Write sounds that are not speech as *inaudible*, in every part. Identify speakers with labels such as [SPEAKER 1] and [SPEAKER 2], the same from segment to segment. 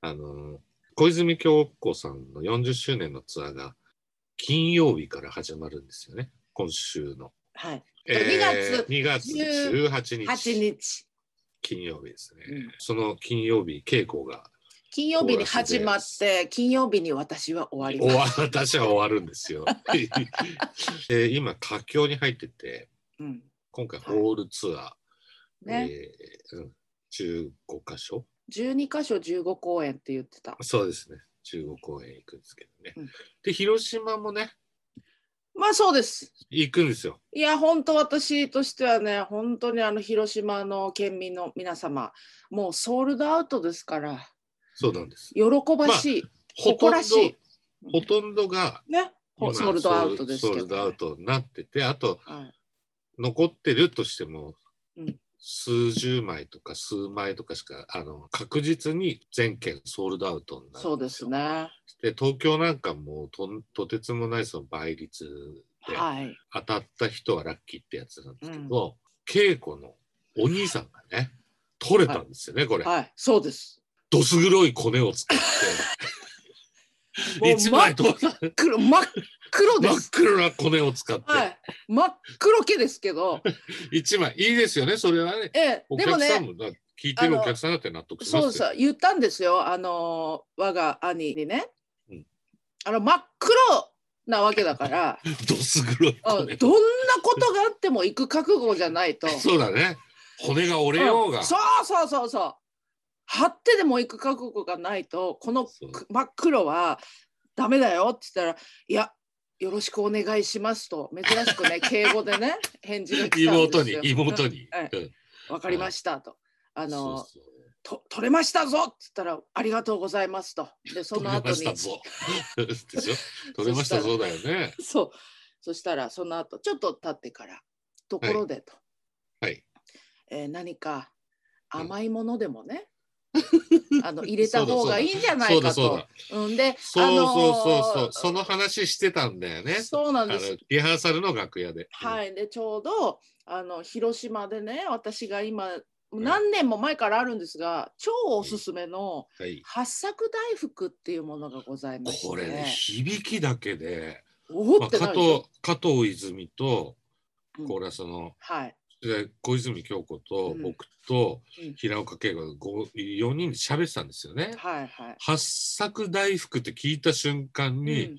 [SPEAKER 1] あの、小泉京子さんの40周年のツアーが金曜日から始まるんですよね。今週の。
[SPEAKER 2] はい。
[SPEAKER 1] えー
[SPEAKER 2] 2
[SPEAKER 1] 2月18
[SPEAKER 2] 八
[SPEAKER 1] 日。
[SPEAKER 2] 日。
[SPEAKER 1] 金曜日ですね。
[SPEAKER 2] うん
[SPEAKER 1] その金曜日、稽古が
[SPEAKER 2] 金曜日に始まって、金曜日に私は終わり
[SPEAKER 1] 終
[SPEAKER 2] ます。
[SPEAKER 1] わ私は終わるんですよ。で今佳境に入ってて
[SPEAKER 2] うん。
[SPEAKER 1] 今回ホールツアー、
[SPEAKER 2] ね。
[SPEAKER 1] えーうん、15箇所
[SPEAKER 2] 12カ所15公演って言ってた。
[SPEAKER 1] そうですね15公演行くんですけどね。
[SPEAKER 2] うん
[SPEAKER 1] で広島もね
[SPEAKER 2] まあそうです。
[SPEAKER 1] 行くんですよ。
[SPEAKER 2] いや本当私としてはね本当にあの広島の県民の皆様もうソールドアウトですから
[SPEAKER 1] そうなんです。
[SPEAKER 2] 喜ばしい、
[SPEAKER 1] ほとんど
[SPEAKER 2] 誇らしい
[SPEAKER 1] ほとんどが
[SPEAKER 2] ねほ
[SPEAKER 1] 今
[SPEAKER 2] ソールドアウトですけど、
[SPEAKER 1] ソールドアウトになっててあと
[SPEAKER 2] はい
[SPEAKER 1] 残ってるとしても、
[SPEAKER 2] うん
[SPEAKER 1] 数十枚とか数枚とかしかあの確実に全件ソールドアウトになる
[SPEAKER 2] そうですね
[SPEAKER 1] で東京なんかもうとんとてつもないその倍率で
[SPEAKER 2] はい
[SPEAKER 1] 当たった人はラッキーってやつなんですけど、稽古のお兄さんがね取れたんですよね、これ、
[SPEAKER 2] はいそうです
[SPEAKER 1] どす黒いコネを使っ
[SPEAKER 2] もう
[SPEAKER 1] て一枚
[SPEAKER 2] 真
[SPEAKER 1] 取
[SPEAKER 2] っ
[SPEAKER 1] った
[SPEAKER 2] 黒真っ黒で
[SPEAKER 1] 真っ
[SPEAKER 2] す
[SPEAKER 1] 黒なコネを使って、
[SPEAKER 2] はい真っ黒系ですけど
[SPEAKER 1] 一枚いいですよねそれはね
[SPEAKER 2] ええ
[SPEAKER 1] お
[SPEAKER 2] でも
[SPEAKER 1] 客さん
[SPEAKER 2] ね
[SPEAKER 1] もだ聞いてるお客さんだって納得します
[SPEAKER 2] そ
[SPEAKER 1] よ
[SPEAKER 2] うさ言ったんですよあの我が兄にね、
[SPEAKER 1] うん
[SPEAKER 2] あの真っ黒なわけだ
[SPEAKER 1] *laughs*
[SPEAKER 2] から
[SPEAKER 1] どす黒い
[SPEAKER 2] あど
[SPEAKER 1] コ
[SPEAKER 2] んな
[SPEAKER 1] ネ
[SPEAKER 2] ことがあっても行く覚悟じゃないと。
[SPEAKER 1] *laughs* そうだね骨が折れようが、
[SPEAKER 2] んそうそうそうそう。張ってでも行く覚悟がないとこの
[SPEAKER 1] そう
[SPEAKER 2] く真っ黒はダメだよって言ったら「いやよろしくお願いします」と珍しくね敬語
[SPEAKER 1] *laughs*
[SPEAKER 2] でね返事が来たんですよ。
[SPEAKER 1] 妹に妹
[SPEAKER 2] に。
[SPEAKER 1] に、
[SPEAKER 2] はい
[SPEAKER 1] うん
[SPEAKER 2] わかりましたと。あの
[SPEAKER 1] そうそう
[SPEAKER 2] と取れましたぞって言ったら「ありがとうございます」と。でその後
[SPEAKER 1] 取れま
[SPEAKER 2] に
[SPEAKER 1] したぞ。で
[SPEAKER 2] *laughs*
[SPEAKER 1] しょ取れましたぞだよね。
[SPEAKER 2] そう。そしたらその後ちょっと経ってから「ところで」と。
[SPEAKER 1] はい。
[SPEAKER 2] えー何か
[SPEAKER 1] うん
[SPEAKER 2] 甘いものでも
[SPEAKER 1] *laughs*
[SPEAKER 2] ね、あの入れた方がいいんじゃな
[SPEAKER 1] そ
[SPEAKER 2] いう
[SPEAKER 1] だ
[SPEAKER 2] か
[SPEAKER 1] そう
[SPEAKER 2] と
[SPEAKER 1] だ。。
[SPEAKER 2] うんで、
[SPEAKER 1] そうそうそうそう。
[SPEAKER 2] あ
[SPEAKER 1] そ
[SPEAKER 2] のー
[SPEAKER 1] の話してたんだよね。
[SPEAKER 2] そうな
[SPEAKER 1] あ
[SPEAKER 2] ん
[SPEAKER 1] の
[SPEAKER 2] です。
[SPEAKER 1] リハーサルの楽屋で。
[SPEAKER 2] はい、でちょうどあの広島でね、私が今
[SPEAKER 1] ん
[SPEAKER 2] 何年も前からあるんですが、超おすすめの
[SPEAKER 1] うん。はい。
[SPEAKER 2] 八作大福っていうものがございまして、
[SPEAKER 1] これね響きだけで、
[SPEAKER 2] お
[SPEAKER 1] ま
[SPEAKER 2] お
[SPEAKER 1] あ、
[SPEAKER 2] ってな
[SPEAKER 1] 加
[SPEAKER 2] るでしょ
[SPEAKER 1] 藤加藤泉と
[SPEAKER 2] うん
[SPEAKER 1] これはその
[SPEAKER 2] はい、
[SPEAKER 1] で小泉京子と
[SPEAKER 2] うん
[SPEAKER 1] 僕と
[SPEAKER 2] うん
[SPEAKER 1] 平岡圭吾がご四人で喋ってたんですよね。
[SPEAKER 2] はいはい。
[SPEAKER 1] 八作大福って聞いた瞬間に、
[SPEAKER 2] うん、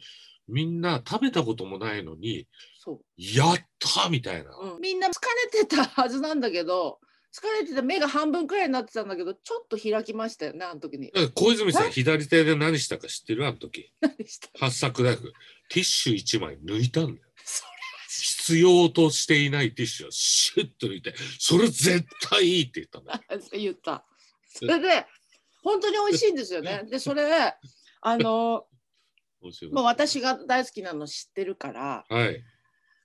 [SPEAKER 1] みんな食べたこともないのに
[SPEAKER 2] そ
[SPEAKER 1] やったみたいな。
[SPEAKER 2] う、うん、みんな疲れてたはずなんだけど、疲れてて目が半分くらいになってたんだけど、ちょっと開きましたよね、あの時に。 *laughs*
[SPEAKER 1] え小泉さん
[SPEAKER 2] え
[SPEAKER 1] 左手で何したか知ってるあの時
[SPEAKER 2] 何した
[SPEAKER 1] 八作大福ティッシュ一枚抜いたんだよ
[SPEAKER 2] それ
[SPEAKER 1] 必要としていないティッシュをシュッと抜いてそれ絶対いいって言ったんだよ
[SPEAKER 2] 言った。それで、本当に美味しいんです
[SPEAKER 1] *laughs*
[SPEAKER 2] よね。で、それ、あの、
[SPEAKER 1] 面白
[SPEAKER 2] *laughs* まあ、
[SPEAKER 1] かっ
[SPEAKER 2] 私が大好きなの知ってるから、
[SPEAKER 1] たはい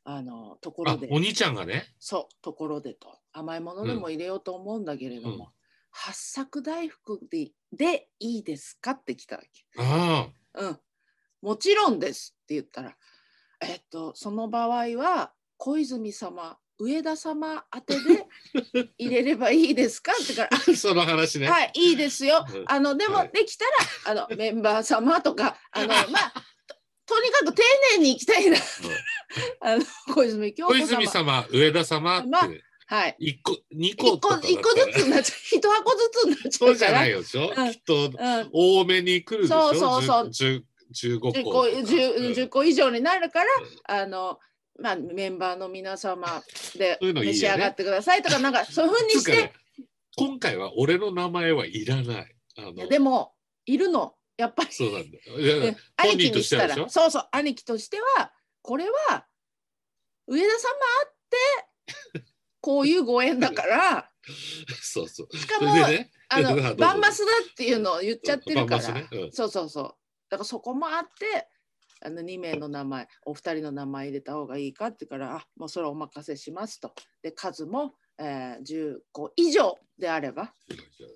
[SPEAKER 2] あの、ところ
[SPEAKER 1] あ
[SPEAKER 2] で、
[SPEAKER 1] お兄ちゃんがね
[SPEAKER 2] そう、ところでと、甘いものでも入れようと思うんだけれども、
[SPEAKER 1] うん
[SPEAKER 2] 八作大福ででいいですかって来たわけ。
[SPEAKER 1] ああ
[SPEAKER 2] うん、もちろんですって言ったら、えっと、その場合は、小泉様、上田様宛てで
[SPEAKER 1] *laughs*
[SPEAKER 2] 入れればいいですかって言うから、
[SPEAKER 1] その話ね、
[SPEAKER 2] はい、いいですよ
[SPEAKER 1] うん。
[SPEAKER 2] あの、でも、
[SPEAKER 1] はい
[SPEAKER 2] できたら、あの、メンバー様とか、
[SPEAKER 1] *laughs*
[SPEAKER 2] あの、まあ。ととにかく丁寧に行きたいな。 *laughs* あの、小泉京
[SPEAKER 1] 小
[SPEAKER 2] 子様。
[SPEAKER 1] 泉様上田様っ
[SPEAKER 2] まあ
[SPEAKER 1] て
[SPEAKER 2] はい。
[SPEAKER 1] 一個二個
[SPEAKER 2] 一
[SPEAKER 1] とかだ
[SPEAKER 2] 個、
[SPEAKER 1] ったら
[SPEAKER 2] 一個ずつになっちゃう。一 *laughs* 箱ずつになっちゃ
[SPEAKER 1] そううじ
[SPEAKER 2] か
[SPEAKER 1] ゃ
[SPEAKER 2] ら
[SPEAKER 1] ない。よでしょ、
[SPEAKER 2] うん
[SPEAKER 1] きっと
[SPEAKER 2] うん。
[SPEAKER 1] 多めに来るでしょ
[SPEAKER 2] そうそうそう
[SPEAKER 1] 十十五個
[SPEAKER 2] 十
[SPEAKER 1] と
[SPEAKER 2] 個、
[SPEAKER 1] か
[SPEAKER 2] 十、十個以上になるから
[SPEAKER 1] うん、
[SPEAKER 2] あの。まあ、メンバーの皆様で
[SPEAKER 1] そういうのいいよね
[SPEAKER 2] 召し上がってくださいとか、なん
[SPEAKER 1] *laughs*
[SPEAKER 2] かそういうふうにし
[SPEAKER 1] つうか
[SPEAKER 2] て
[SPEAKER 1] ね今回は俺の名前はいらない。あの
[SPEAKER 2] いやでもいるのやっぱり
[SPEAKER 1] そうなんだよ。いや
[SPEAKER 2] え兄貴
[SPEAKER 1] 本人と
[SPEAKER 2] に
[SPEAKER 1] し
[SPEAKER 2] して
[SPEAKER 1] は
[SPEAKER 2] た
[SPEAKER 1] でしょ
[SPEAKER 2] らそうそう兄貴としてはこれは上田様あってこういうご縁だから
[SPEAKER 1] そう *laughs* そう。
[SPEAKER 2] しか
[SPEAKER 1] そ
[SPEAKER 2] も、
[SPEAKER 1] れでね、
[SPEAKER 2] あ
[SPEAKER 1] どうぞ
[SPEAKER 2] のバンマスだっていうのを言っちゃってるから、
[SPEAKER 1] バンマスねうん
[SPEAKER 2] そうそうそうだからそこもあってあの2名の名前お二人の名前入れた方がいいかって言うからあもうそれはお任せしますとで数も、えー、10個以上であれば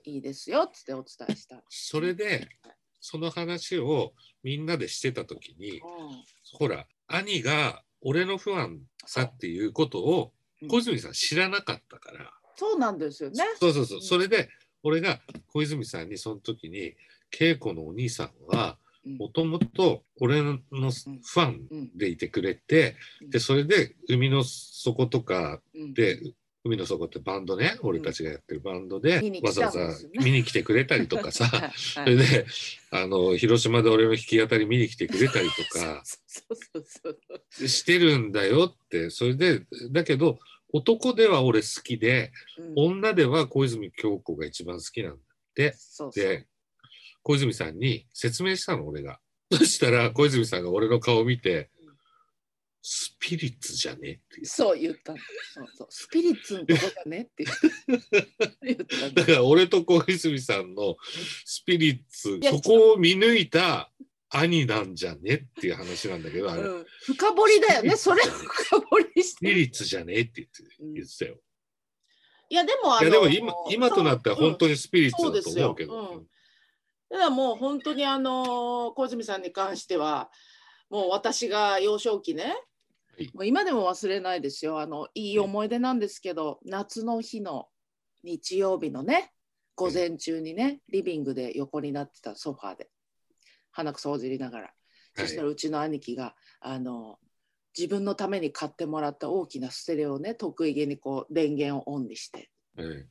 [SPEAKER 2] いいですよってお伝えした。
[SPEAKER 1] それで、その話をみんなでしてた時に、
[SPEAKER 2] うん
[SPEAKER 1] ほら、兄が俺の不安
[SPEAKER 2] そ
[SPEAKER 1] さ
[SPEAKER 2] う
[SPEAKER 1] っていうことを
[SPEAKER 2] うん
[SPEAKER 1] 小泉さん知らなかったから、
[SPEAKER 2] そうなんですよね。
[SPEAKER 1] そうそうそうう、
[SPEAKER 2] ん
[SPEAKER 1] それで俺が小泉さんにその時に稽古のお兄さんは
[SPEAKER 2] うん
[SPEAKER 1] もともと俺のファン
[SPEAKER 2] うん
[SPEAKER 1] でいてくれて
[SPEAKER 2] うん
[SPEAKER 1] でそれで海の底とか
[SPEAKER 2] うん
[SPEAKER 1] で海の底ってバンドね俺たちがやってるバンドで
[SPEAKER 2] 見に
[SPEAKER 1] わ
[SPEAKER 2] 来
[SPEAKER 1] ざ
[SPEAKER 2] た
[SPEAKER 1] わ
[SPEAKER 2] んですよね
[SPEAKER 1] ざ見に来てくれたりとかさ
[SPEAKER 2] *laughs* はい
[SPEAKER 1] そ
[SPEAKER 2] は
[SPEAKER 1] れ
[SPEAKER 2] い
[SPEAKER 1] であの広島で俺の弾き語り見に来てくれたりとか。
[SPEAKER 2] そうそうそうそう
[SPEAKER 1] してるんだよってそれでだけど男では俺好きで
[SPEAKER 2] うん
[SPEAKER 1] 女では小泉京子が一番好きなんだって
[SPEAKER 2] そうそう
[SPEAKER 1] で小泉さんに説明したの俺が *laughs* そしたら小泉さんが俺の顔を見て「スピリッツじゃね?」って言う
[SPEAKER 2] そう言ったのそうそうスピリッツのとこだ
[SPEAKER 1] *laughs*
[SPEAKER 2] ねって言った言った
[SPEAKER 1] だ
[SPEAKER 2] の
[SPEAKER 1] から俺と小泉さんのスピリッツ
[SPEAKER 2] いや
[SPEAKER 1] そこを見抜いた兄なんじゃねっていう話なんだけどあれ、
[SPEAKER 2] うん、深掘りだよねそれを深掘りし
[SPEAKER 1] ス
[SPEAKER 2] て
[SPEAKER 1] ピ
[SPEAKER 2] る
[SPEAKER 1] リッツじゃねって言って
[SPEAKER 2] うん
[SPEAKER 1] 言ってたよ。
[SPEAKER 2] いやでもあ
[SPEAKER 1] い
[SPEAKER 2] の
[SPEAKER 1] やでも今今となっては
[SPEAKER 2] そううん
[SPEAKER 1] 本当にスピリッツだと思うけ
[SPEAKER 2] そうですよう
[SPEAKER 1] ど
[SPEAKER 2] ん。ただもう本当にあの小泉さんに関してはもう私が幼少期ね、
[SPEAKER 1] はい
[SPEAKER 2] もう今でも忘れないですよあのいい思い出なんですけど、夏の日の日曜日のね午前中にねリビングで横になってたソファーで鼻くそをじりながら、そしたらうちの兄貴があの自分のために買ってもらった大きなステレオをね得意げにこう電源をオンにして
[SPEAKER 1] はいはい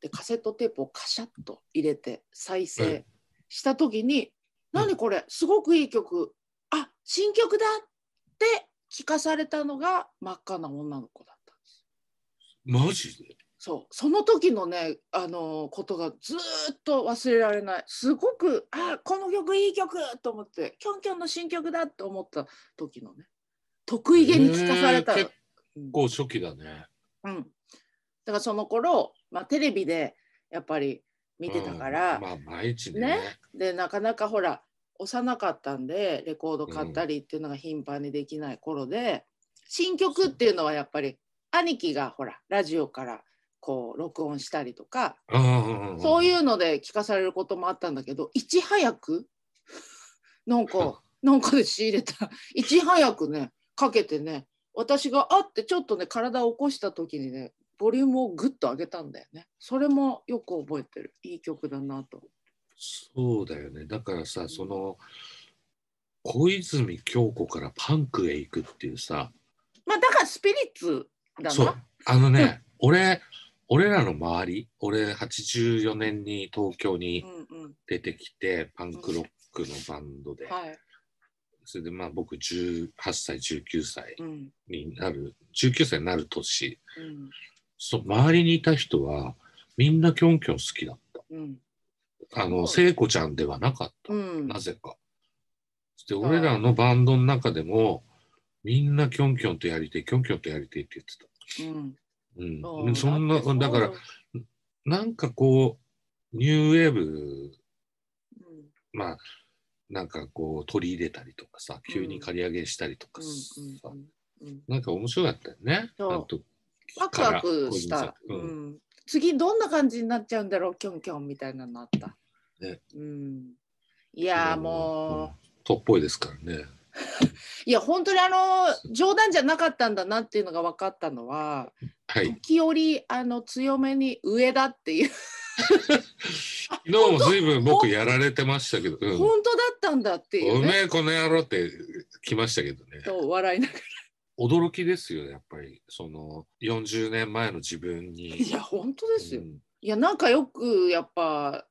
[SPEAKER 2] でカセットテープをカシャッと入れて再
[SPEAKER 1] は
[SPEAKER 2] 生
[SPEAKER 1] い
[SPEAKER 2] した時に「
[SPEAKER 1] うん
[SPEAKER 2] 何これすごくいい曲あ新曲だ!」って聞かされたのが真っ赤な女の子だったんです。
[SPEAKER 1] マジで
[SPEAKER 2] そうその時のねあのーことがずーっと忘れられないすごく「あこの曲いい曲!」と思って「キョンキョンの新曲だ!」と思った時のね得意げに聞かされた
[SPEAKER 1] へー結
[SPEAKER 2] うん
[SPEAKER 1] こう初期だね。
[SPEAKER 2] うん、だからその頃、まあ、テレビでやっぱり見てたから、
[SPEAKER 1] うんまあ毎日ね。
[SPEAKER 2] ねでなかなかほら幼かったんでレコード買ったりっていうのが頻繁にできない頃で、新曲っていうのはやっぱり兄貴がほらラジオからこう録音したりとか、
[SPEAKER 1] ああ
[SPEAKER 2] そう
[SPEAKER 1] う
[SPEAKER 2] いうので聞かされることもあったんだけどいち早くなんかなんかで仕入れたいち早くねかけてね私があってちょっとね体を起こした時にねボリュームをグッと上げたんだよねそれもよく覚えてるいい曲だなと。
[SPEAKER 1] そうだよね。だからさその小泉京子からパンクへ行くっていうさ。
[SPEAKER 2] まあだからスピリッツだな。
[SPEAKER 1] そうあのね *laughs* 俺俺らの周り俺84年に東京に
[SPEAKER 2] うんうん。
[SPEAKER 1] 出てきてパンクロックのバンドで、
[SPEAKER 2] はい。
[SPEAKER 1] それでまあ僕18歳19歳
[SPEAKER 2] うん
[SPEAKER 1] になる19歳になる年
[SPEAKER 2] うん
[SPEAKER 1] そう周りにいた人はみんなキョンキョン好きだっ
[SPEAKER 2] うん
[SPEAKER 1] たあ
[SPEAKER 2] そう
[SPEAKER 1] の聖子ちゃんではなかった、
[SPEAKER 2] うん。
[SPEAKER 1] なぜかで俺らのバンドの中でもみんなキョンキョンとやりてえキョンキョンとやりてえって言ってた
[SPEAKER 2] うん。
[SPEAKER 1] うん、
[SPEAKER 2] う
[SPEAKER 1] そんな
[SPEAKER 2] ってそう
[SPEAKER 1] だからなんかこうニューウェーブ
[SPEAKER 2] うん
[SPEAKER 1] まあなんかこう取り入れたりとかさ急に借り上げしたりとか
[SPEAKER 2] う
[SPEAKER 1] さ、
[SPEAKER 2] んうんうん。
[SPEAKER 1] なんか面白かったよね
[SPEAKER 2] そう
[SPEAKER 1] なんと
[SPEAKER 2] ワクワクし
[SPEAKER 1] から
[SPEAKER 2] た。
[SPEAKER 1] 小泉さんうん
[SPEAKER 2] うん。次どんな感じになっちゃうんだろうキョンキョンみたいなのあった。
[SPEAKER 1] ね
[SPEAKER 2] うん。いやーもう。
[SPEAKER 1] トップっぽいですからね
[SPEAKER 2] いや本当にあの冗談じゃなかったんだなっていうのが分かったのは
[SPEAKER 1] はい
[SPEAKER 2] 時折あの強めに上だっていう
[SPEAKER 1] 昨日も随分僕やられてましたけど、うん、
[SPEAKER 2] 本当だったんだってい
[SPEAKER 1] お
[SPEAKER 2] う
[SPEAKER 1] め
[SPEAKER 2] ね
[SPEAKER 1] えこの野郎って来ましたけどね
[SPEAKER 2] と笑いながら
[SPEAKER 1] 驚きですよやっぱりその40年前の自分に
[SPEAKER 2] いや本当ですよ
[SPEAKER 1] うん
[SPEAKER 2] いやなんかよくやっぱ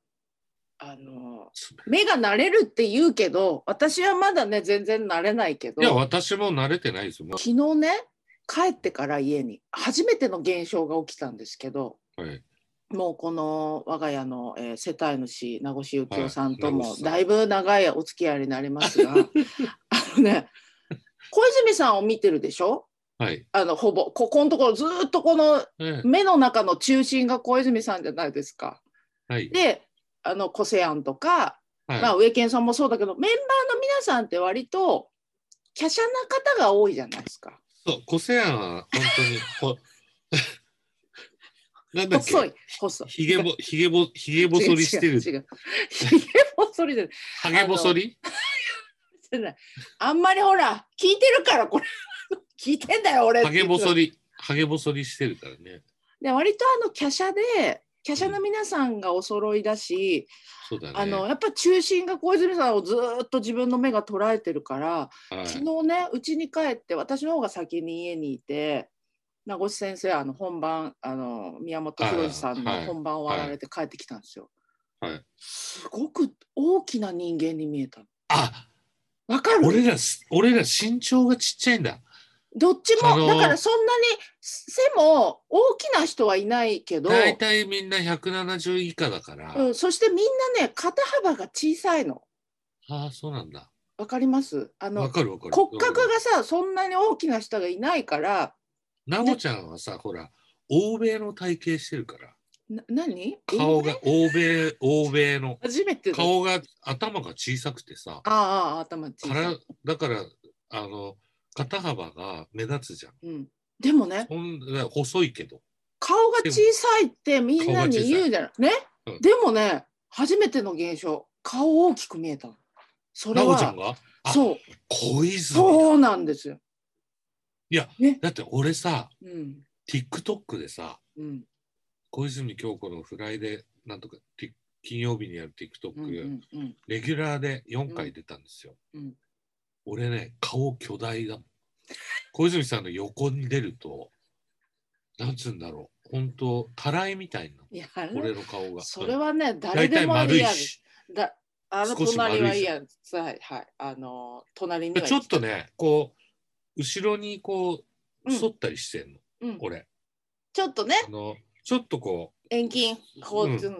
[SPEAKER 2] あの目が慣れるって言うけど私はまだね全然慣れないけど
[SPEAKER 1] いや私も慣れてないですよも
[SPEAKER 2] 昨日ね帰ってから家に初めての現象が起きたんですけど
[SPEAKER 1] う、はい、
[SPEAKER 2] もうこの我が家の、えー世帯主名越幸雄さんと
[SPEAKER 1] は
[SPEAKER 2] も
[SPEAKER 1] い
[SPEAKER 2] だいぶ長いお付き合いになりま
[SPEAKER 1] *laughs*
[SPEAKER 2] すがあのね小泉さんを見てるでしょ
[SPEAKER 1] はい、
[SPEAKER 2] あのほぼここのところずーっとこの
[SPEAKER 1] ええ
[SPEAKER 2] 目の中の中心が小泉さんじゃないですか。
[SPEAKER 1] はい、
[SPEAKER 2] であのコセアンとか、
[SPEAKER 1] はい、
[SPEAKER 2] まあ、植健さんもそうだけどメンバーの皆さんって割と華奢な方が多いじゃないですか。
[SPEAKER 1] そう、個性案は本当に、ほ、 *laughs* なんだっ
[SPEAKER 2] 細
[SPEAKER 1] け、
[SPEAKER 2] い細い。
[SPEAKER 1] ひげぼ、ひげぼ、ひげぼそりしてる、
[SPEAKER 2] 違う違う違うひげ細りじゃない
[SPEAKER 1] はげぼそり
[SPEAKER 2] してないあんまりほら聞いてるからこれ *laughs* 聞いてんだよ俺
[SPEAKER 1] はげぼそ
[SPEAKER 2] り
[SPEAKER 1] り、はげぼそりしてるからね。
[SPEAKER 2] で割とあの華奢で華奢の皆さんがお揃いだし、
[SPEAKER 1] そうだね。
[SPEAKER 2] あのやっぱ中心が小泉さんをずーっと自分の目が捉えてるから、
[SPEAKER 1] はい、
[SPEAKER 2] 昨日ねうちに帰って私の方が先に家にいて名越先生あの本番あの宮本浩次さんの
[SPEAKER 1] はい
[SPEAKER 2] 本番終わられて帰ってきたんですよ。
[SPEAKER 1] はい
[SPEAKER 2] すごく大きな人間に見えたの。
[SPEAKER 1] あ、
[SPEAKER 2] わかる
[SPEAKER 1] 俺らす、俺ら身長がちっちゃいんだ。
[SPEAKER 2] どっち
[SPEAKER 1] あの
[SPEAKER 2] も
[SPEAKER 1] ー
[SPEAKER 2] だからそんなに背も大きな人はいないけど、
[SPEAKER 1] 大体みんな170以下だから。
[SPEAKER 2] うん、そしてみんなね肩幅が小さいの。
[SPEAKER 1] ああ、そうなんだ。
[SPEAKER 2] わかりますあの
[SPEAKER 1] わかるわかる。
[SPEAKER 2] 骨格
[SPEAKER 1] うん。
[SPEAKER 2] がさそんなに大きな人がいないから
[SPEAKER 1] なごちゃんはさ、ほら、欧米の体型してるから。
[SPEAKER 2] な何
[SPEAKER 1] 顔が欧米、欧米の。
[SPEAKER 2] 初めてだ
[SPEAKER 1] 顔が、頭が小さくてさ。
[SPEAKER 2] ああああ頭小
[SPEAKER 1] か
[SPEAKER 2] さい
[SPEAKER 1] らだから、あの、肩幅が目立つじゃん。
[SPEAKER 2] うん、でもね
[SPEAKER 1] ほんだから細いけど。
[SPEAKER 2] 顔が小さいってみんなに言うじゃないね、
[SPEAKER 1] うん
[SPEAKER 2] でもね初めての現象顔大きく見えたのそれ
[SPEAKER 1] なごちゃん
[SPEAKER 2] は
[SPEAKER 1] があ
[SPEAKER 2] そう
[SPEAKER 1] 小泉だ。
[SPEAKER 2] そうなんですよ
[SPEAKER 1] だって俺さ、
[SPEAKER 2] うん、
[SPEAKER 1] TikTok でさ、
[SPEAKER 2] うん
[SPEAKER 1] 小泉今日子のフライデーなんとかティ金曜日にやる TikTok、
[SPEAKER 2] うんうんうん
[SPEAKER 1] レギュラーで4回出たんですよ、
[SPEAKER 2] うん
[SPEAKER 1] 俺ね顔巨大だもん小泉さんの横に出るとなんつうんだろう本当たらいみたいない
[SPEAKER 2] やあれ
[SPEAKER 1] 俺の顔が
[SPEAKER 2] それはね
[SPEAKER 1] うん大
[SPEAKER 2] 誰で
[SPEAKER 1] 体
[SPEAKER 2] も
[SPEAKER 1] 丸い
[SPEAKER 2] リアル
[SPEAKER 1] し
[SPEAKER 2] だあの
[SPEAKER 1] 少し丸い
[SPEAKER 2] 隣
[SPEAKER 1] し
[SPEAKER 2] はいやはいはいあの隣には
[SPEAKER 1] ちょっとねこう後ろにこう
[SPEAKER 2] うん
[SPEAKER 1] 反ったりしてんの、
[SPEAKER 2] うん
[SPEAKER 1] 俺
[SPEAKER 2] ちょっとね
[SPEAKER 1] あのちょっとこ
[SPEAKER 2] 遠近こうっていうの、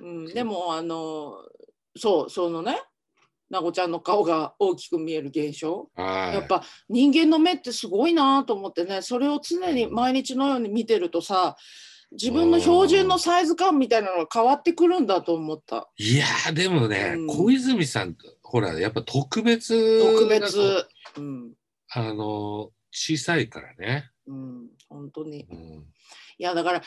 [SPEAKER 2] うんでもあのそうそのねなごちゃんの顔が大きく見える現象
[SPEAKER 1] うはい
[SPEAKER 2] やっぱ人間の目ってすごいなと思ってねそれを常に毎日のように見てるとさ自分の標準のサイズ感みたいなのが変わってくるんだと思った
[SPEAKER 1] いやーでもね、
[SPEAKER 2] うん
[SPEAKER 1] 小泉さんほらやっぱ特別
[SPEAKER 2] 特
[SPEAKER 1] なこう
[SPEAKER 2] 別うん
[SPEAKER 1] あのー小さいからね。
[SPEAKER 2] うん本当に
[SPEAKER 1] うん
[SPEAKER 2] いやだから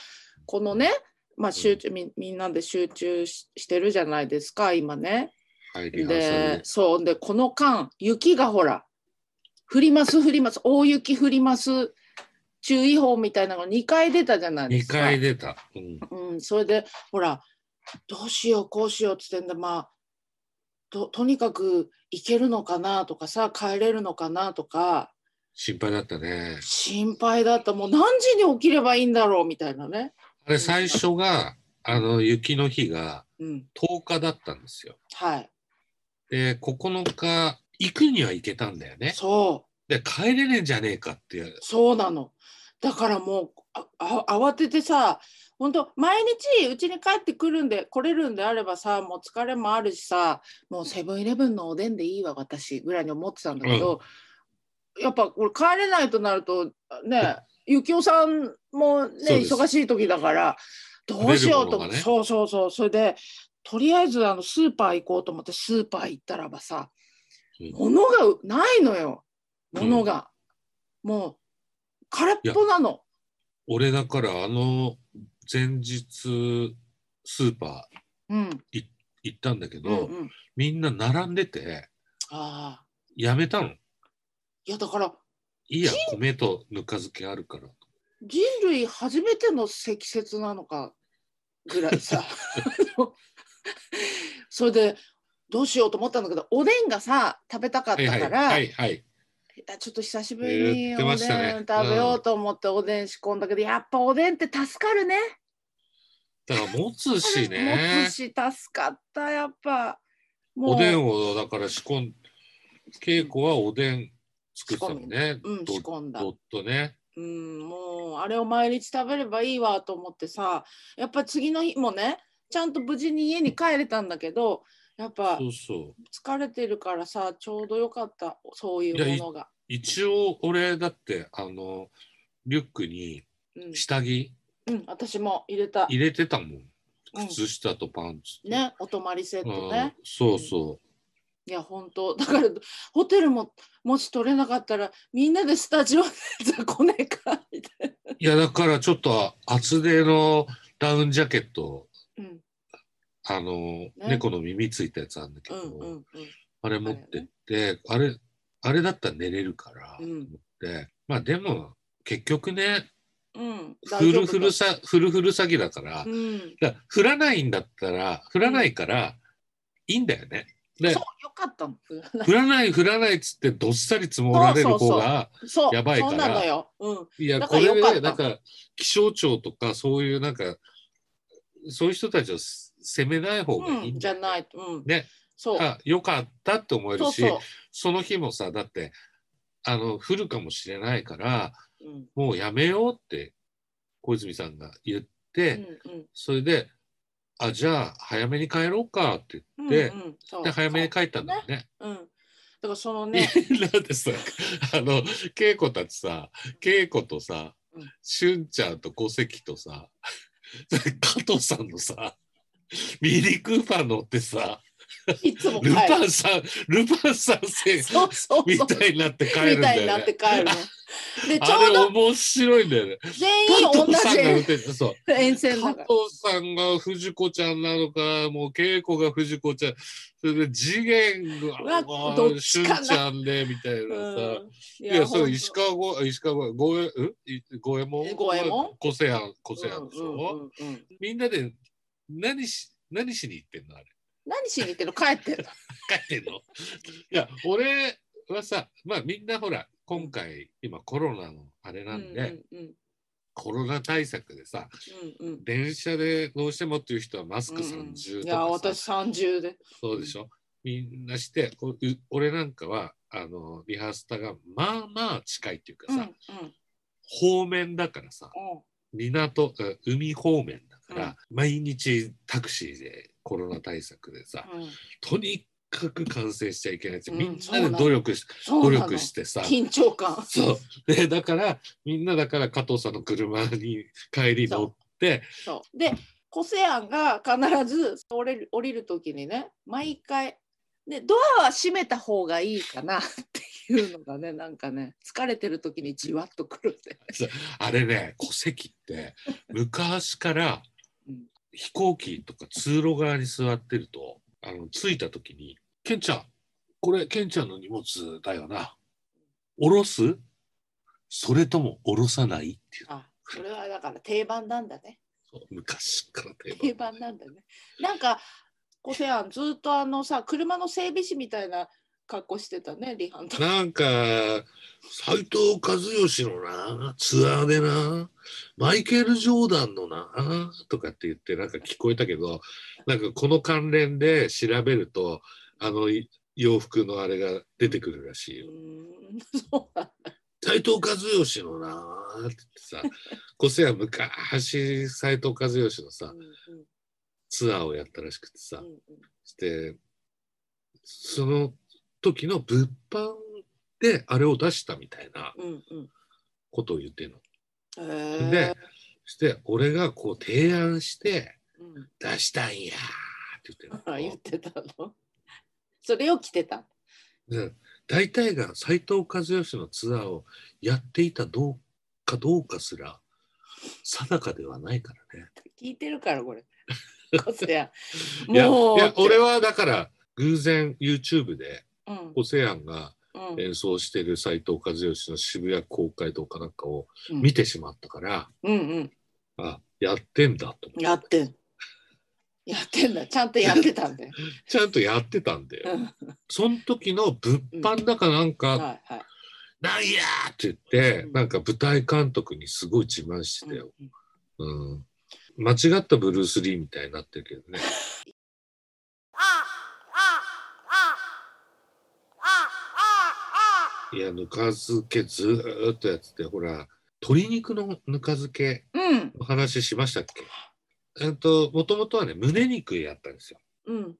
[SPEAKER 2] このねまあ集中みみんなで集中ししてるじゃないですか今ね
[SPEAKER 1] はい、リハーサル
[SPEAKER 2] で
[SPEAKER 1] で。
[SPEAKER 2] そうでこの間雪がほら降ります降ります大雪降ります注意報みたいなのが2回出たじゃないで
[SPEAKER 1] 二
[SPEAKER 2] すか。
[SPEAKER 1] 回出た。うん。
[SPEAKER 2] うん、それでほらどうしようこうしようっつってんでまあととにかく行けるのかなとかさ帰れるのかなとか
[SPEAKER 1] 心配だったね。
[SPEAKER 2] 心配だったもう何時に起きればいいんだろうみたいなね。
[SPEAKER 1] あれ最初が、あの、雪の日が
[SPEAKER 2] うん、
[SPEAKER 1] 10日だったんですよ。
[SPEAKER 2] はい
[SPEAKER 1] で、9日、行くには行けたんだよね。
[SPEAKER 2] そう
[SPEAKER 1] で、帰れねえんじゃねえかっていう。
[SPEAKER 2] そうなの。だからもうああ慌ててさ、本当毎日うちに帰ってくるんで来れるんであればさ、もう疲れもあるしさ、もうセブンイレブンのおでんでいいわ私ぐらいに思ってたんだけど、やっぱこれ帰れないとなるとね、ゆきおさん
[SPEAKER 1] そ
[SPEAKER 2] もね
[SPEAKER 1] うです
[SPEAKER 2] 忙しい時だからどうしよう
[SPEAKER 1] 食べ
[SPEAKER 2] と思
[SPEAKER 1] るものが
[SPEAKER 2] って、
[SPEAKER 1] ね
[SPEAKER 2] そうそうそうそれで。とりあえずあのスーパー行こうと思ってスーパー行ったらばさ、
[SPEAKER 1] うん
[SPEAKER 2] 物がないのよ
[SPEAKER 1] うん
[SPEAKER 2] 物が、もう空っぽなの
[SPEAKER 1] 俺だから、あの、前日、スーパー
[SPEAKER 2] うん
[SPEAKER 1] 行ったんだけ
[SPEAKER 2] うん
[SPEAKER 1] ど、
[SPEAKER 2] うん
[SPEAKER 1] みんな並んでて、
[SPEAKER 2] ああ
[SPEAKER 1] やめたの。
[SPEAKER 2] いやだから
[SPEAKER 1] いいや、米とぬか漬けあるから。
[SPEAKER 2] 人類初めての積雪なのかぐらい
[SPEAKER 1] *laughs*
[SPEAKER 2] さそれでどうしようと思ったんだけどおでんがさ食べたかっ
[SPEAKER 1] はいは
[SPEAKER 2] た
[SPEAKER 1] い。
[SPEAKER 2] から、
[SPEAKER 1] はいはい。
[SPEAKER 2] あちょっと久しぶりに
[SPEAKER 1] 言
[SPEAKER 2] お
[SPEAKER 1] って
[SPEAKER 2] でん
[SPEAKER 1] ましたね
[SPEAKER 2] 食べようと思っておでん仕込んだけど、やっぱおでんって助かるね。
[SPEAKER 1] だから持つし
[SPEAKER 2] 持
[SPEAKER 1] ね
[SPEAKER 2] つ。し助かったやっぱ。もう
[SPEAKER 1] おでんをだから仕込ん稽古はおでん作ってたのね。
[SPEAKER 2] うん、
[SPEAKER 1] ど
[SPEAKER 2] 仕込んだ
[SPEAKER 1] ど。っとね。
[SPEAKER 2] うん、もうあれを毎日食べればいいわと思ってさ、やっぱ次の日もね、ちゃんと無事に家に帰れたんだけど、やっぱ
[SPEAKER 1] そうそう。
[SPEAKER 2] 疲れてるからさ、ちょうどよかった、そういうものが。
[SPEAKER 1] 一応俺だってあのリュックに
[SPEAKER 2] うん、
[SPEAKER 1] 下着
[SPEAKER 2] うん、私も入れた。
[SPEAKER 1] 入れてたもん。
[SPEAKER 2] うん
[SPEAKER 1] 靴下とパンツと。
[SPEAKER 2] ね、お泊まりセッ
[SPEAKER 1] う
[SPEAKER 2] ト
[SPEAKER 1] ん
[SPEAKER 2] ね。
[SPEAKER 1] そうそ
[SPEAKER 2] いや、本当 *laughs* だから、ホテルももし取れなかったら、みんなでスタジオで雑魚寝か、みたいな。
[SPEAKER 1] う。いやだからちょっと厚手のダウンジャケット
[SPEAKER 2] うん、
[SPEAKER 1] あの、猫の耳ついたやつあるんだけ
[SPEAKER 2] う
[SPEAKER 1] ど、
[SPEAKER 2] ん、うん、うん。
[SPEAKER 1] あれ持ってってあれあれだったら寝れるから、
[SPEAKER 2] うん
[SPEAKER 1] 思ってまあでも結局ね
[SPEAKER 2] うん、
[SPEAKER 1] フルフルさ、フルフル詐欺だから、
[SPEAKER 2] うん、
[SPEAKER 1] だから振らないんだったら、振らないから、いいんだよね。で
[SPEAKER 2] そう、よかったの。
[SPEAKER 1] 振らない、振らないっつって、どっさり積もられる
[SPEAKER 2] そうそ
[SPEAKER 1] 方
[SPEAKER 2] う
[SPEAKER 1] が、
[SPEAKER 2] そう、
[SPEAKER 1] やばいから
[SPEAKER 2] そうなのよ。うん、
[SPEAKER 1] いや、
[SPEAKER 2] だ
[SPEAKER 1] こ
[SPEAKER 2] から
[SPEAKER 1] れ
[SPEAKER 2] よかった
[SPEAKER 1] で、なんか、気象庁とか、そういう、なんか、そういう人たちを責めない方がいい
[SPEAKER 2] うんん、じ
[SPEAKER 1] だ
[SPEAKER 2] ゃ
[SPEAKER 1] よ
[SPEAKER 2] ない。うん。
[SPEAKER 1] ね。
[SPEAKER 2] そう。
[SPEAKER 1] あよかったって思える
[SPEAKER 2] そう
[SPEAKER 1] し
[SPEAKER 2] そ
[SPEAKER 1] その日もさだってあの降るかもしれないから
[SPEAKER 2] う。うん。
[SPEAKER 1] もうやめようって小泉さんが言っ
[SPEAKER 2] う
[SPEAKER 1] て、
[SPEAKER 2] んうん
[SPEAKER 1] それで「あじゃあ早めに帰ろうか」って
[SPEAKER 2] うん
[SPEAKER 1] 言
[SPEAKER 2] う
[SPEAKER 1] っ
[SPEAKER 2] ん。
[SPEAKER 1] て、
[SPEAKER 2] そう
[SPEAKER 1] で早めに帰ったんだよね。
[SPEAKER 2] うん。だからそのね、
[SPEAKER 1] *laughs* なんでさあの恵子たちさ恵子とさ
[SPEAKER 2] うん
[SPEAKER 1] しゅんちゃんと小関とさ加藤さんのさミニクーパー乗ってさ
[SPEAKER 2] いつも帰
[SPEAKER 1] ル
[SPEAKER 2] る。
[SPEAKER 1] パンさん、ルパン三世
[SPEAKER 2] そうそう
[SPEAKER 1] み
[SPEAKER 2] そう。
[SPEAKER 1] たいになって帰るん
[SPEAKER 2] みた
[SPEAKER 1] だ
[SPEAKER 2] いにな
[SPEAKER 1] よ
[SPEAKER 2] っ
[SPEAKER 1] ね
[SPEAKER 2] て。帰るの。で、ちょ
[SPEAKER 1] あ
[SPEAKER 2] う
[SPEAKER 1] れ
[SPEAKER 2] ど
[SPEAKER 1] 面白いんだよね。
[SPEAKER 2] 全員
[SPEAKER 1] 加
[SPEAKER 2] 同
[SPEAKER 1] 藤さんが運
[SPEAKER 2] じ
[SPEAKER 1] 転そう。
[SPEAKER 2] 沿
[SPEAKER 1] 加
[SPEAKER 2] 線だから。
[SPEAKER 1] 藤さんが藤子ちゃんなのか、もう恵子が藤子ちゃん、それで次元が、
[SPEAKER 2] うわ
[SPEAKER 1] あ
[SPEAKER 2] どっ
[SPEAKER 1] しゅ
[SPEAKER 2] ち
[SPEAKER 1] ん
[SPEAKER 2] かな
[SPEAKER 1] ちゃんでみたいなさ。
[SPEAKER 2] うんい
[SPEAKER 1] いや、そ
[SPEAKER 2] ほん
[SPEAKER 1] う、
[SPEAKER 2] と
[SPEAKER 1] 石川ご、石川ご、ごえ、うんい五右衛門
[SPEAKER 2] 五右衛門
[SPEAKER 1] 個性庵、個性庵でしょ、
[SPEAKER 2] うんうんうんうん
[SPEAKER 1] みんなで、何し、何しに行ってんのあれ。 *laughs*
[SPEAKER 2] 何しに行ってるの帰ってる。
[SPEAKER 1] 帰ってんの *laughs* いや俺はさまあみんなほら今回今コロナのあれなんで、
[SPEAKER 2] うんうん
[SPEAKER 1] コロナ対策でさ
[SPEAKER 2] うんうん
[SPEAKER 1] 電車でどうしてもっていう人はマス
[SPEAKER 2] う
[SPEAKER 1] ク
[SPEAKER 2] ん
[SPEAKER 1] 30
[SPEAKER 2] い
[SPEAKER 1] と
[SPEAKER 2] や
[SPEAKER 1] かさ、
[SPEAKER 2] 私30で。
[SPEAKER 1] そうでしょみんなしてこうう俺なんかはあのリハースタがまあまあ近いっていうか
[SPEAKER 2] うんう
[SPEAKER 1] さ、
[SPEAKER 2] ん
[SPEAKER 1] 方面だからさ港うん海方面だから、毎日タクシーでコロナ対策でさ、
[SPEAKER 2] うん
[SPEAKER 1] とにかく感染しちゃいけないって、
[SPEAKER 2] うん
[SPEAKER 1] みん
[SPEAKER 2] そう
[SPEAKER 1] な
[SPEAKER 2] な
[SPEAKER 1] で
[SPEAKER 2] の
[SPEAKER 1] 努力し
[SPEAKER 2] そう
[SPEAKER 1] 努
[SPEAKER 2] なの
[SPEAKER 1] 力してさ
[SPEAKER 2] 緊張感。
[SPEAKER 1] そうでだからみんなだから加藤さんの車に帰り乗って
[SPEAKER 2] そうでコセアンが必ず降りる降りる時にね毎回でドアは閉めた方がいいかな *laughs* っていうのがねなんかね疲れてる時にじわっとくるって。
[SPEAKER 1] あれね戸籍
[SPEAKER 2] *laughs*
[SPEAKER 1] って昔から
[SPEAKER 2] うん
[SPEAKER 1] 飛行機とか通路側に座ってるとあの着いた時に「ケンちゃんこれケンちゃんの荷物だよな降ろすそれとも降ろさない?」っていう
[SPEAKER 2] あそれはだから定番なんだね
[SPEAKER 1] そう昔から定
[SPEAKER 2] 定
[SPEAKER 1] 番
[SPEAKER 2] 番なんだね。なんかコセアンずっとあのさ車の整備士みたいな格好してたねリハンと。
[SPEAKER 1] なんか斎藤和義のなツアーでなマイケル・ジョーダンのなとかって言ってなんか聞こえたけどなんかこの関連で調べるとあのい洋服のあれが出てくるらしいう
[SPEAKER 2] ー
[SPEAKER 1] よ。
[SPEAKER 2] んそうなんだ
[SPEAKER 1] 斎藤和義のなって言ってさ個性は昔斎藤和義のさ
[SPEAKER 2] うんうん
[SPEAKER 1] ツアーをやったらしくてさ、
[SPEAKER 2] うんうん
[SPEAKER 1] してその時の物販であれを出したみたいな
[SPEAKER 2] うんうん
[SPEAKER 1] ことを言ってるの。
[SPEAKER 2] へ
[SPEAKER 1] で
[SPEAKER 2] ー、
[SPEAKER 1] して俺がこう提案して
[SPEAKER 2] うん
[SPEAKER 1] 出したんやーって言って
[SPEAKER 2] あ
[SPEAKER 1] る
[SPEAKER 2] 言ってたの。 *laughs* それを着てた。
[SPEAKER 1] で大体が斎藤和義のツアーをやっていたどうかどうかすら定かではないからね。
[SPEAKER 2] 聞いてるから
[SPEAKER 1] *laughs*
[SPEAKER 2] これ。コセアン
[SPEAKER 1] いや
[SPEAKER 2] もう
[SPEAKER 1] いや俺。はだから偶然 YouTube で
[SPEAKER 2] うん
[SPEAKER 1] ホセアンが
[SPEAKER 2] うん
[SPEAKER 1] 演奏してる斎藤和義の渋谷公会堂かなんかを
[SPEAKER 2] うん
[SPEAKER 1] 見てしまったから、
[SPEAKER 2] うん
[SPEAKER 1] あやってんだと
[SPEAKER 2] うん。
[SPEAKER 1] 思
[SPEAKER 2] や
[SPEAKER 1] っ
[SPEAKER 2] っててん。やってんだ。ちゃんとやってたんだよ。
[SPEAKER 1] ちゃんとやってたんだよ。 *laughs*
[SPEAKER 2] うん
[SPEAKER 1] その時の物販だかなんか、
[SPEAKER 2] はいはい。
[SPEAKER 1] なんやーって言って、
[SPEAKER 2] うん
[SPEAKER 1] なんか舞台監督にすごい自慢してたよ。
[SPEAKER 2] うんうん
[SPEAKER 1] うん。間違ったブルース・リーみたいになってるけどね。いや、ぬか漬けずーっとやってて、ほら、鶏肉のぬか漬け
[SPEAKER 2] うん
[SPEAKER 1] の話しましたっけえっと、もともとはね、胸肉やったんですよ。
[SPEAKER 2] うん。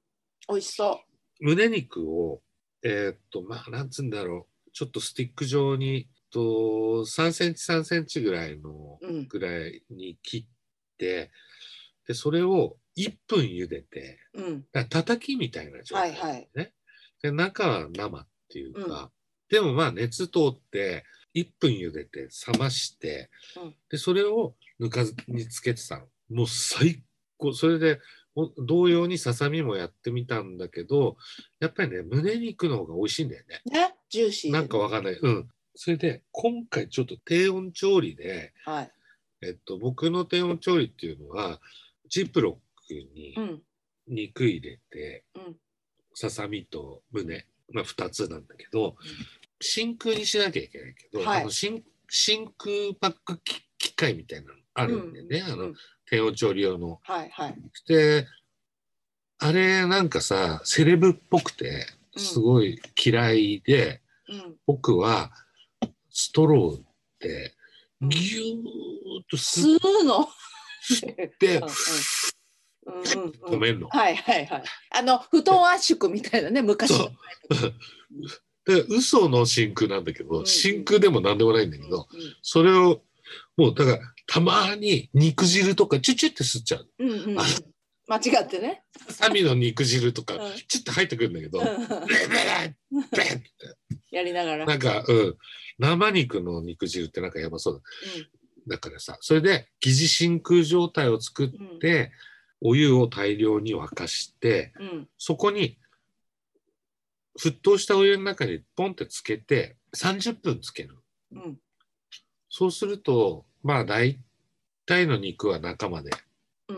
[SPEAKER 2] 美味しそ
[SPEAKER 1] 胸肉を、えーっと、まあ、なんつうんだろう、ちょっとスティック状に、えっと3センチ3センチぐらいの
[SPEAKER 2] う。うん
[SPEAKER 1] ぐらいに切ってでそれを1分茹でて
[SPEAKER 2] うん
[SPEAKER 1] だから叩きみたいな状態、ね
[SPEAKER 2] はいはい
[SPEAKER 1] で中は生っていうか、でもまあ熱通って1分茹でて冷まして、
[SPEAKER 2] うん
[SPEAKER 1] でそれをぬかずにつけてたのもう最高それでお同様にささみもやってみたんだけどやっぱりね胸肉の方が美味しいんだよね
[SPEAKER 2] ねジューシーで。
[SPEAKER 1] なんかわかんないうんそれで今回ちょっと低温調理で
[SPEAKER 2] はい。
[SPEAKER 1] えっと、僕の低温調理っていうのは、ジップロックに
[SPEAKER 2] うん
[SPEAKER 1] 肉入れて、
[SPEAKER 2] うん
[SPEAKER 1] ささみと胸、まあ、2つなんだけど、真空にしなきゃいけないけど、
[SPEAKER 2] はい
[SPEAKER 1] あの真真空パック機機械みたいなのあるんでね、あ
[SPEAKER 2] う
[SPEAKER 1] の
[SPEAKER 2] ん
[SPEAKER 1] 低温調理用の。
[SPEAKER 2] はいはい、
[SPEAKER 1] であれなんかさセレブっぽくて
[SPEAKER 2] うん
[SPEAKER 1] すごい嫌いで、
[SPEAKER 2] うん
[SPEAKER 1] 僕はストローで
[SPEAKER 2] うん
[SPEAKER 1] ぎゅーっと吸っ
[SPEAKER 2] 吸うの。
[SPEAKER 1] て、
[SPEAKER 2] うんうんう
[SPEAKER 1] *laughs*
[SPEAKER 2] ん
[SPEAKER 1] 止めるの。
[SPEAKER 2] はいはいはい。あの布団圧縮みたいなね昔
[SPEAKER 1] そ
[SPEAKER 2] の
[SPEAKER 1] う。で嘘の真空なんだけど、
[SPEAKER 2] うん
[SPEAKER 1] 真空でも何でもないんだけど、それをもうだからたまに肉汁とかチュチュって吸っちゃう
[SPEAKER 2] うんうんうんうん
[SPEAKER 1] あ
[SPEAKER 2] 間違ってね。
[SPEAKER 1] サミの肉汁とか
[SPEAKER 2] うん
[SPEAKER 1] チュッて入ってくるんだけど、
[SPEAKER 2] う
[SPEAKER 1] ベ
[SPEAKER 2] んう
[SPEAKER 1] レ
[SPEAKER 2] ん
[SPEAKER 1] ベレベレって
[SPEAKER 2] やりながら。
[SPEAKER 1] なんか、うん、生肉の肉汁ってなんかやばそうだ。だからさ、それで疑似真空状態を作っ
[SPEAKER 2] うんうん
[SPEAKER 1] て、お湯を大量に沸かして、
[SPEAKER 2] うん
[SPEAKER 1] そこに沸騰したお湯の中にポンってつけて、30分つける。
[SPEAKER 2] うん
[SPEAKER 1] そうすると、まあ大体の肉は中まで。
[SPEAKER 2] う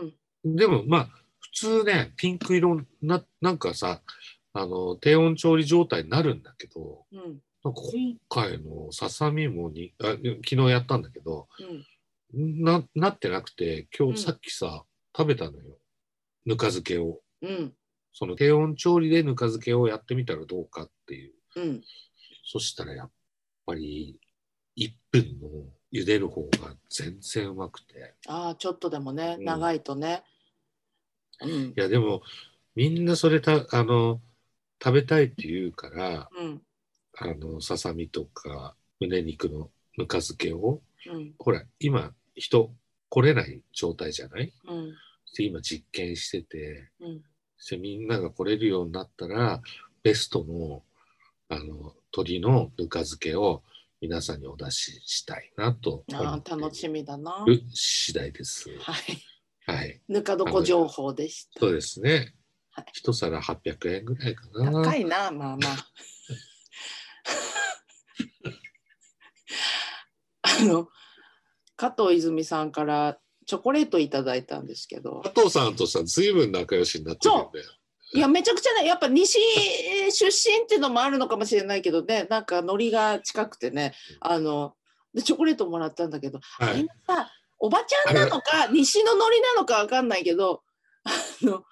[SPEAKER 2] ん
[SPEAKER 1] でもまあ、普通ね、ピンク色な、なんかさ、あの、低温調理状態になるんだけど、
[SPEAKER 2] うん
[SPEAKER 1] なんか今回のささみもにあ昨日やったんだけど
[SPEAKER 2] うん
[SPEAKER 1] ななってなくて今
[SPEAKER 2] うん
[SPEAKER 1] 日さっきさ、食べたのよぬか漬けを
[SPEAKER 2] うん
[SPEAKER 1] その低温調理でぬか漬けをやってみたらどうかっていう
[SPEAKER 2] うん
[SPEAKER 1] そしたらやっぱり1分の茹でる方が全然うまくて
[SPEAKER 2] ああちょっとでもね
[SPEAKER 1] うん
[SPEAKER 2] 長いとね。うん
[SPEAKER 1] いやでもみんなそれたあの食べたいって言うから
[SPEAKER 2] うん
[SPEAKER 1] あのささみとか胸肉のぬか漬けを
[SPEAKER 2] うん
[SPEAKER 1] ほら、今、人来れない状態じゃない
[SPEAKER 2] うん
[SPEAKER 1] で今実験してて、
[SPEAKER 2] うん
[SPEAKER 1] でみんなが来れるようになったら、ベストの、あの、鳥のぬか漬けを皆さんにお出ししたいなと思
[SPEAKER 2] あ
[SPEAKER 1] っ
[SPEAKER 2] あ楽
[SPEAKER 1] て
[SPEAKER 2] しみだな。
[SPEAKER 1] いる次第です。
[SPEAKER 2] はい。
[SPEAKER 1] はい。
[SPEAKER 2] ぬか床情報でした。
[SPEAKER 1] そうですね
[SPEAKER 2] はい。
[SPEAKER 1] 一皿800円ぐらいかな。
[SPEAKER 2] 高いな、まあまあ。あの、加藤泉さんからチョコレートいただいたんですけど、
[SPEAKER 1] 加藤さんとさ、随分仲良しになってるよね。
[SPEAKER 2] いや、めちゃくちゃね、やっぱ西出身っていうのもあるのかもしれないけどね、なんかノリが近くてね、あの、でチョコレートもらったんだけど、
[SPEAKER 1] は
[SPEAKER 2] あれ
[SPEAKER 1] い。
[SPEAKER 2] さおばちゃんなのか西のノリなのかわかんないけどあの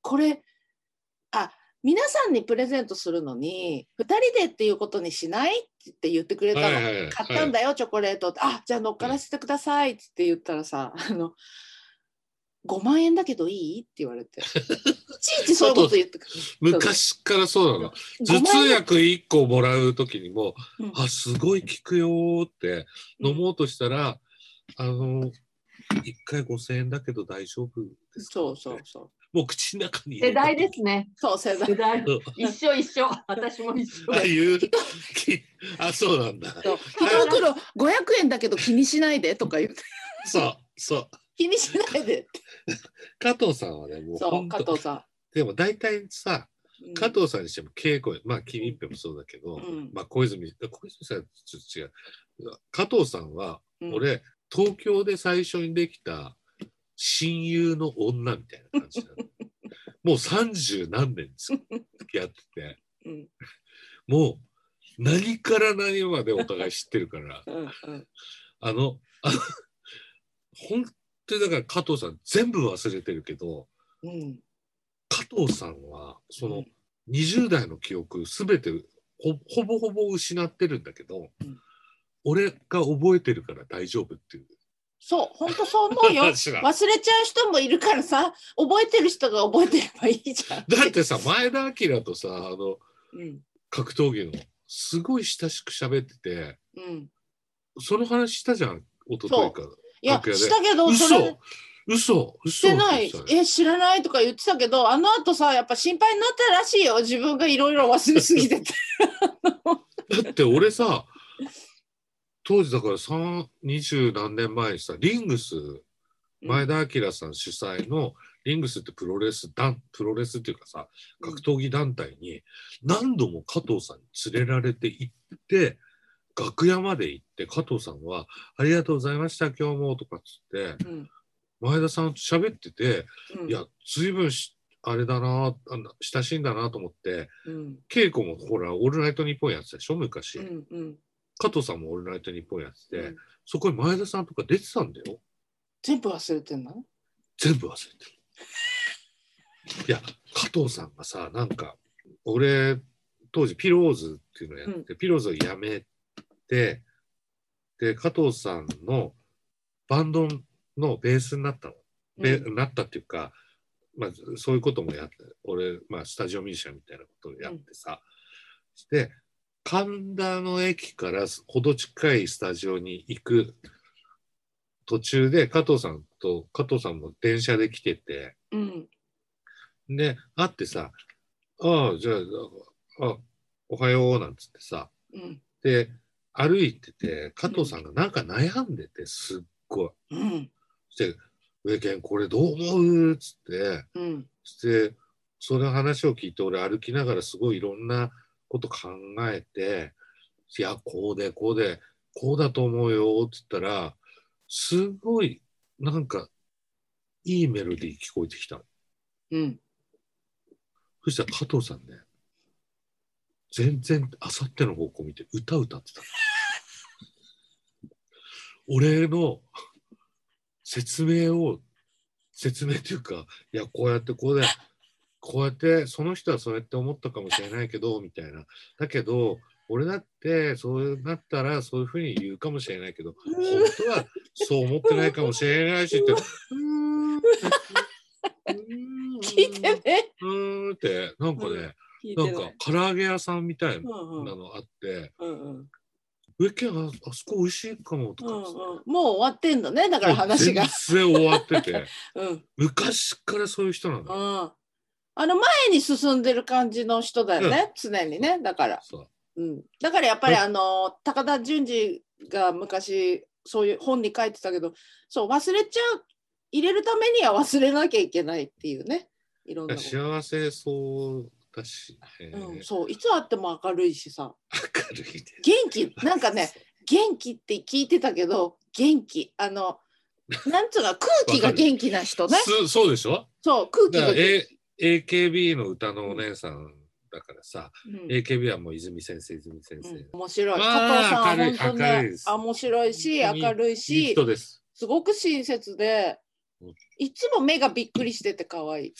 [SPEAKER 2] これあ皆さんにプレゼントするのに2人でっていうことにしないって言ってくれたの、
[SPEAKER 1] はいはいはい
[SPEAKER 2] 買ったんだよ、チョコレートってあじゃあ乗っからせてくださいって言ったらさあの5万円だけどいいって言わ
[SPEAKER 1] *laughs*
[SPEAKER 2] れていちいちそういうこと言ってくる
[SPEAKER 1] 昔からそうなの。頭
[SPEAKER 2] 5万
[SPEAKER 1] 痛
[SPEAKER 2] 円
[SPEAKER 1] 薬1個もらう時にも、
[SPEAKER 2] うん
[SPEAKER 1] あすごい効くよーって飲もうとしたら、あの1回5,000円だけど大丈夫ですか
[SPEAKER 2] そうそうそう
[SPEAKER 1] もう口の中に
[SPEAKER 3] 世代ですすね。
[SPEAKER 2] そう世代
[SPEAKER 3] 世代。
[SPEAKER 1] うん
[SPEAKER 3] *laughs* 一緒一緒。私も一緒
[SPEAKER 1] あ。あいう *laughs* きあそうなんだ
[SPEAKER 2] そう一袋500円だけど気にしないでとか言って
[SPEAKER 1] そうそう
[SPEAKER 2] *laughs* 気にしないでって
[SPEAKER 1] 加藤さんはねもう
[SPEAKER 2] そう
[SPEAKER 1] 本
[SPEAKER 2] 加
[SPEAKER 1] 当
[SPEAKER 2] 藤さ
[SPEAKER 1] でも大体さ
[SPEAKER 2] んうん
[SPEAKER 1] 加藤さんにしても稽古まあ君一平もそうだけど、
[SPEAKER 2] うん
[SPEAKER 1] まあ小泉小泉さんはちょっと違う加藤さんは
[SPEAKER 2] うん
[SPEAKER 1] 俺、東京で最初にできた親友の女みたいな感じ
[SPEAKER 2] *laughs*
[SPEAKER 1] なのもう三十何年付き合ってて
[SPEAKER 2] うん
[SPEAKER 1] もう何から何までお互い知ってるから
[SPEAKER 2] うんうん
[SPEAKER 1] あのあの本当にだから加藤さん全部忘れてるけど
[SPEAKER 2] うん
[SPEAKER 1] 加藤さんはその
[SPEAKER 2] うん
[SPEAKER 1] 20代の記憶全てほほぼほぼ失ってるんだけど、
[SPEAKER 2] うん
[SPEAKER 1] 俺が覚えてるから大丈夫っていう
[SPEAKER 2] そう本当そう思
[SPEAKER 1] *laughs*
[SPEAKER 2] うよ
[SPEAKER 1] 話なの
[SPEAKER 2] 忘れちゃう人もいるからさ覚えてる人が覚えてればいいじゃん
[SPEAKER 1] だってさ前田明とさあの
[SPEAKER 2] うん
[SPEAKER 1] 格闘技のすごい親しく喋ってて
[SPEAKER 2] うん
[SPEAKER 1] その話したじゃん一昨日から
[SPEAKER 2] いや
[SPEAKER 1] 楽屋で
[SPEAKER 2] したけどそれ
[SPEAKER 1] 嘘嘘嘘
[SPEAKER 2] してない
[SPEAKER 1] 嘘嘘
[SPEAKER 2] え知らないとか言ってたけどあの後さやっぱ心配になったらしいよ自分がいろいろ忘れすぎてて
[SPEAKER 1] だって俺さ当時だから三二十何年前にさリングス前田明さん主催のリングスってプロレス団プロレスっていうかさ
[SPEAKER 2] うん
[SPEAKER 1] 格闘技団体に何度も加藤さんに連れられて行って楽屋まで行って加藤さんは「ありがとうございました今日も」とかっつって
[SPEAKER 2] うん
[SPEAKER 1] 前田さんと喋ってて
[SPEAKER 2] うん
[SPEAKER 1] いや随分しあれだなあの親しいんだなと思って
[SPEAKER 2] うん
[SPEAKER 1] 稽古もほら「オールナイトニッポン」やってたでしょ昔、
[SPEAKER 2] うんうん
[SPEAKER 1] 加藤さんも「オールナイトニッポン」やってて、
[SPEAKER 2] うん
[SPEAKER 1] そこに前田さんとか出てたんだよ
[SPEAKER 2] 全部忘れてんの
[SPEAKER 1] 全部忘れてるいや加藤さんがさなんか俺当時ピローズっていうのやって、ピローズをやめてで加藤さんのバンドのベースになったの、ベ
[SPEAKER 2] うん
[SPEAKER 1] なったっていうか、まあ、そういうこともやって俺、まあ、スタジオミュージシャンみたいなことをやってさ、で神田の駅からほど近いスタジオに行く途中で加藤さんと加藤さんも電車で来てて
[SPEAKER 2] うん
[SPEAKER 1] で会ってさ「ああじゃああおはよう」なんつってさ
[SPEAKER 2] うん
[SPEAKER 1] で歩いてて加藤さんがなんか悩んでてすっごい。
[SPEAKER 2] うん
[SPEAKER 1] そして「上健これどう思う?」っつって
[SPEAKER 2] うん
[SPEAKER 1] そしてその話を聞いて俺歩きながらすごいいろんなこと考えて「いやこうでこうでこうだと思うよ」っつったらすごいなんかいいメロディー聞こえてきたの
[SPEAKER 2] うん
[SPEAKER 1] そしたら加藤さんね全然あさっての方向見て歌歌ってたの *laughs* 俺の説明を説明っていうかいやこうやってこうでこうやってその人はそうやって思ったかもしれないけどみたいなだけど俺だってそうなったらそういうふうに言うかもしれないけど本当はそう思ってないかもしれないしってう
[SPEAKER 3] *laughs*
[SPEAKER 1] ーん
[SPEAKER 2] 聞いてね
[SPEAKER 1] うーんってなんかね、
[SPEAKER 2] 聞い
[SPEAKER 1] な
[SPEAKER 2] て
[SPEAKER 1] んか
[SPEAKER 2] ね
[SPEAKER 1] 唐揚げ屋さんみたいな
[SPEAKER 2] うんうん
[SPEAKER 1] のあって
[SPEAKER 2] うんうん
[SPEAKER 1] 「上県ああそこ美味しいかも」と
[SPEAKER 2] うん
[SPEAKER 1] かっ
[SPEAKER 2] う
[SPEAKER 1] つって、
[SPEAKER 2] んもう終わってんのねだから話が
[SPEAKER 1] もう全然終わってて *laughs*
[SPEAKER 2] うん
[SPEAKER 1] 昔からそういう人な
[SPEAKER 2] う
[SPEAKER 1] の。
[SPEAKER 2] んあの前に進んでる感じの人だよね、常にねだから
[SPEAKER 1] そう
[SPEAKER 2] うん、だからやっぱり
[SPEAKER 1] はい
[SPEAKER 2] あの高田純次が昔そういう本に書いてたけどそう忘れちゃう入れるためには忘れなきゃいけないっていうねいろんなこと、
[SPEAKER 1] 幸せそうだし、ね
[SPEAKER 2] うん、そういつあっても明るいしさ
[SPEAKER 1] 明るいね。
[SPEAKER 2] 元気なんか
[SPEAKER 1] *laughs*
[SPEAKER 2] ね元気って聞いてたけど元気あのなんつうか空気が元気な人ね
[SPEAKER 1] すそうでしょ
[SPEAKER 2] そう空気
[SPEAKER 1] だか
[SPEAKER 2] が
[SPEAKER 1] ら、
[SPEAKER 2] 元気
[SPEAKER 1] A、AKB の歌のお姉さんだからさ、
[SPEAKER 2] うん
[SPEAKER 1] AKB はもう泉先生泉先生、
[SPEAKER 2] うん面白
[SPEAKER 1] わ
[SPEAKER 2] い加
[SPEAKER 1] あ
[SPEAKER 2] 藤さんは本当
[SPEAKER 1] 明るい
[SPEAKER 2] ね
[SPEAKER 1] です
[SPEAKER 2] あ面白いし
[SPEAKER 1] 本当に
[SPEAKER 2] 明るいし
[SPEAKER 1] いい人です。
[SPEAKER 2] すごく親切で
[SPEAKER 1] うん、
[SPEAKER 2] いつも目がびっくりしてて可愛い。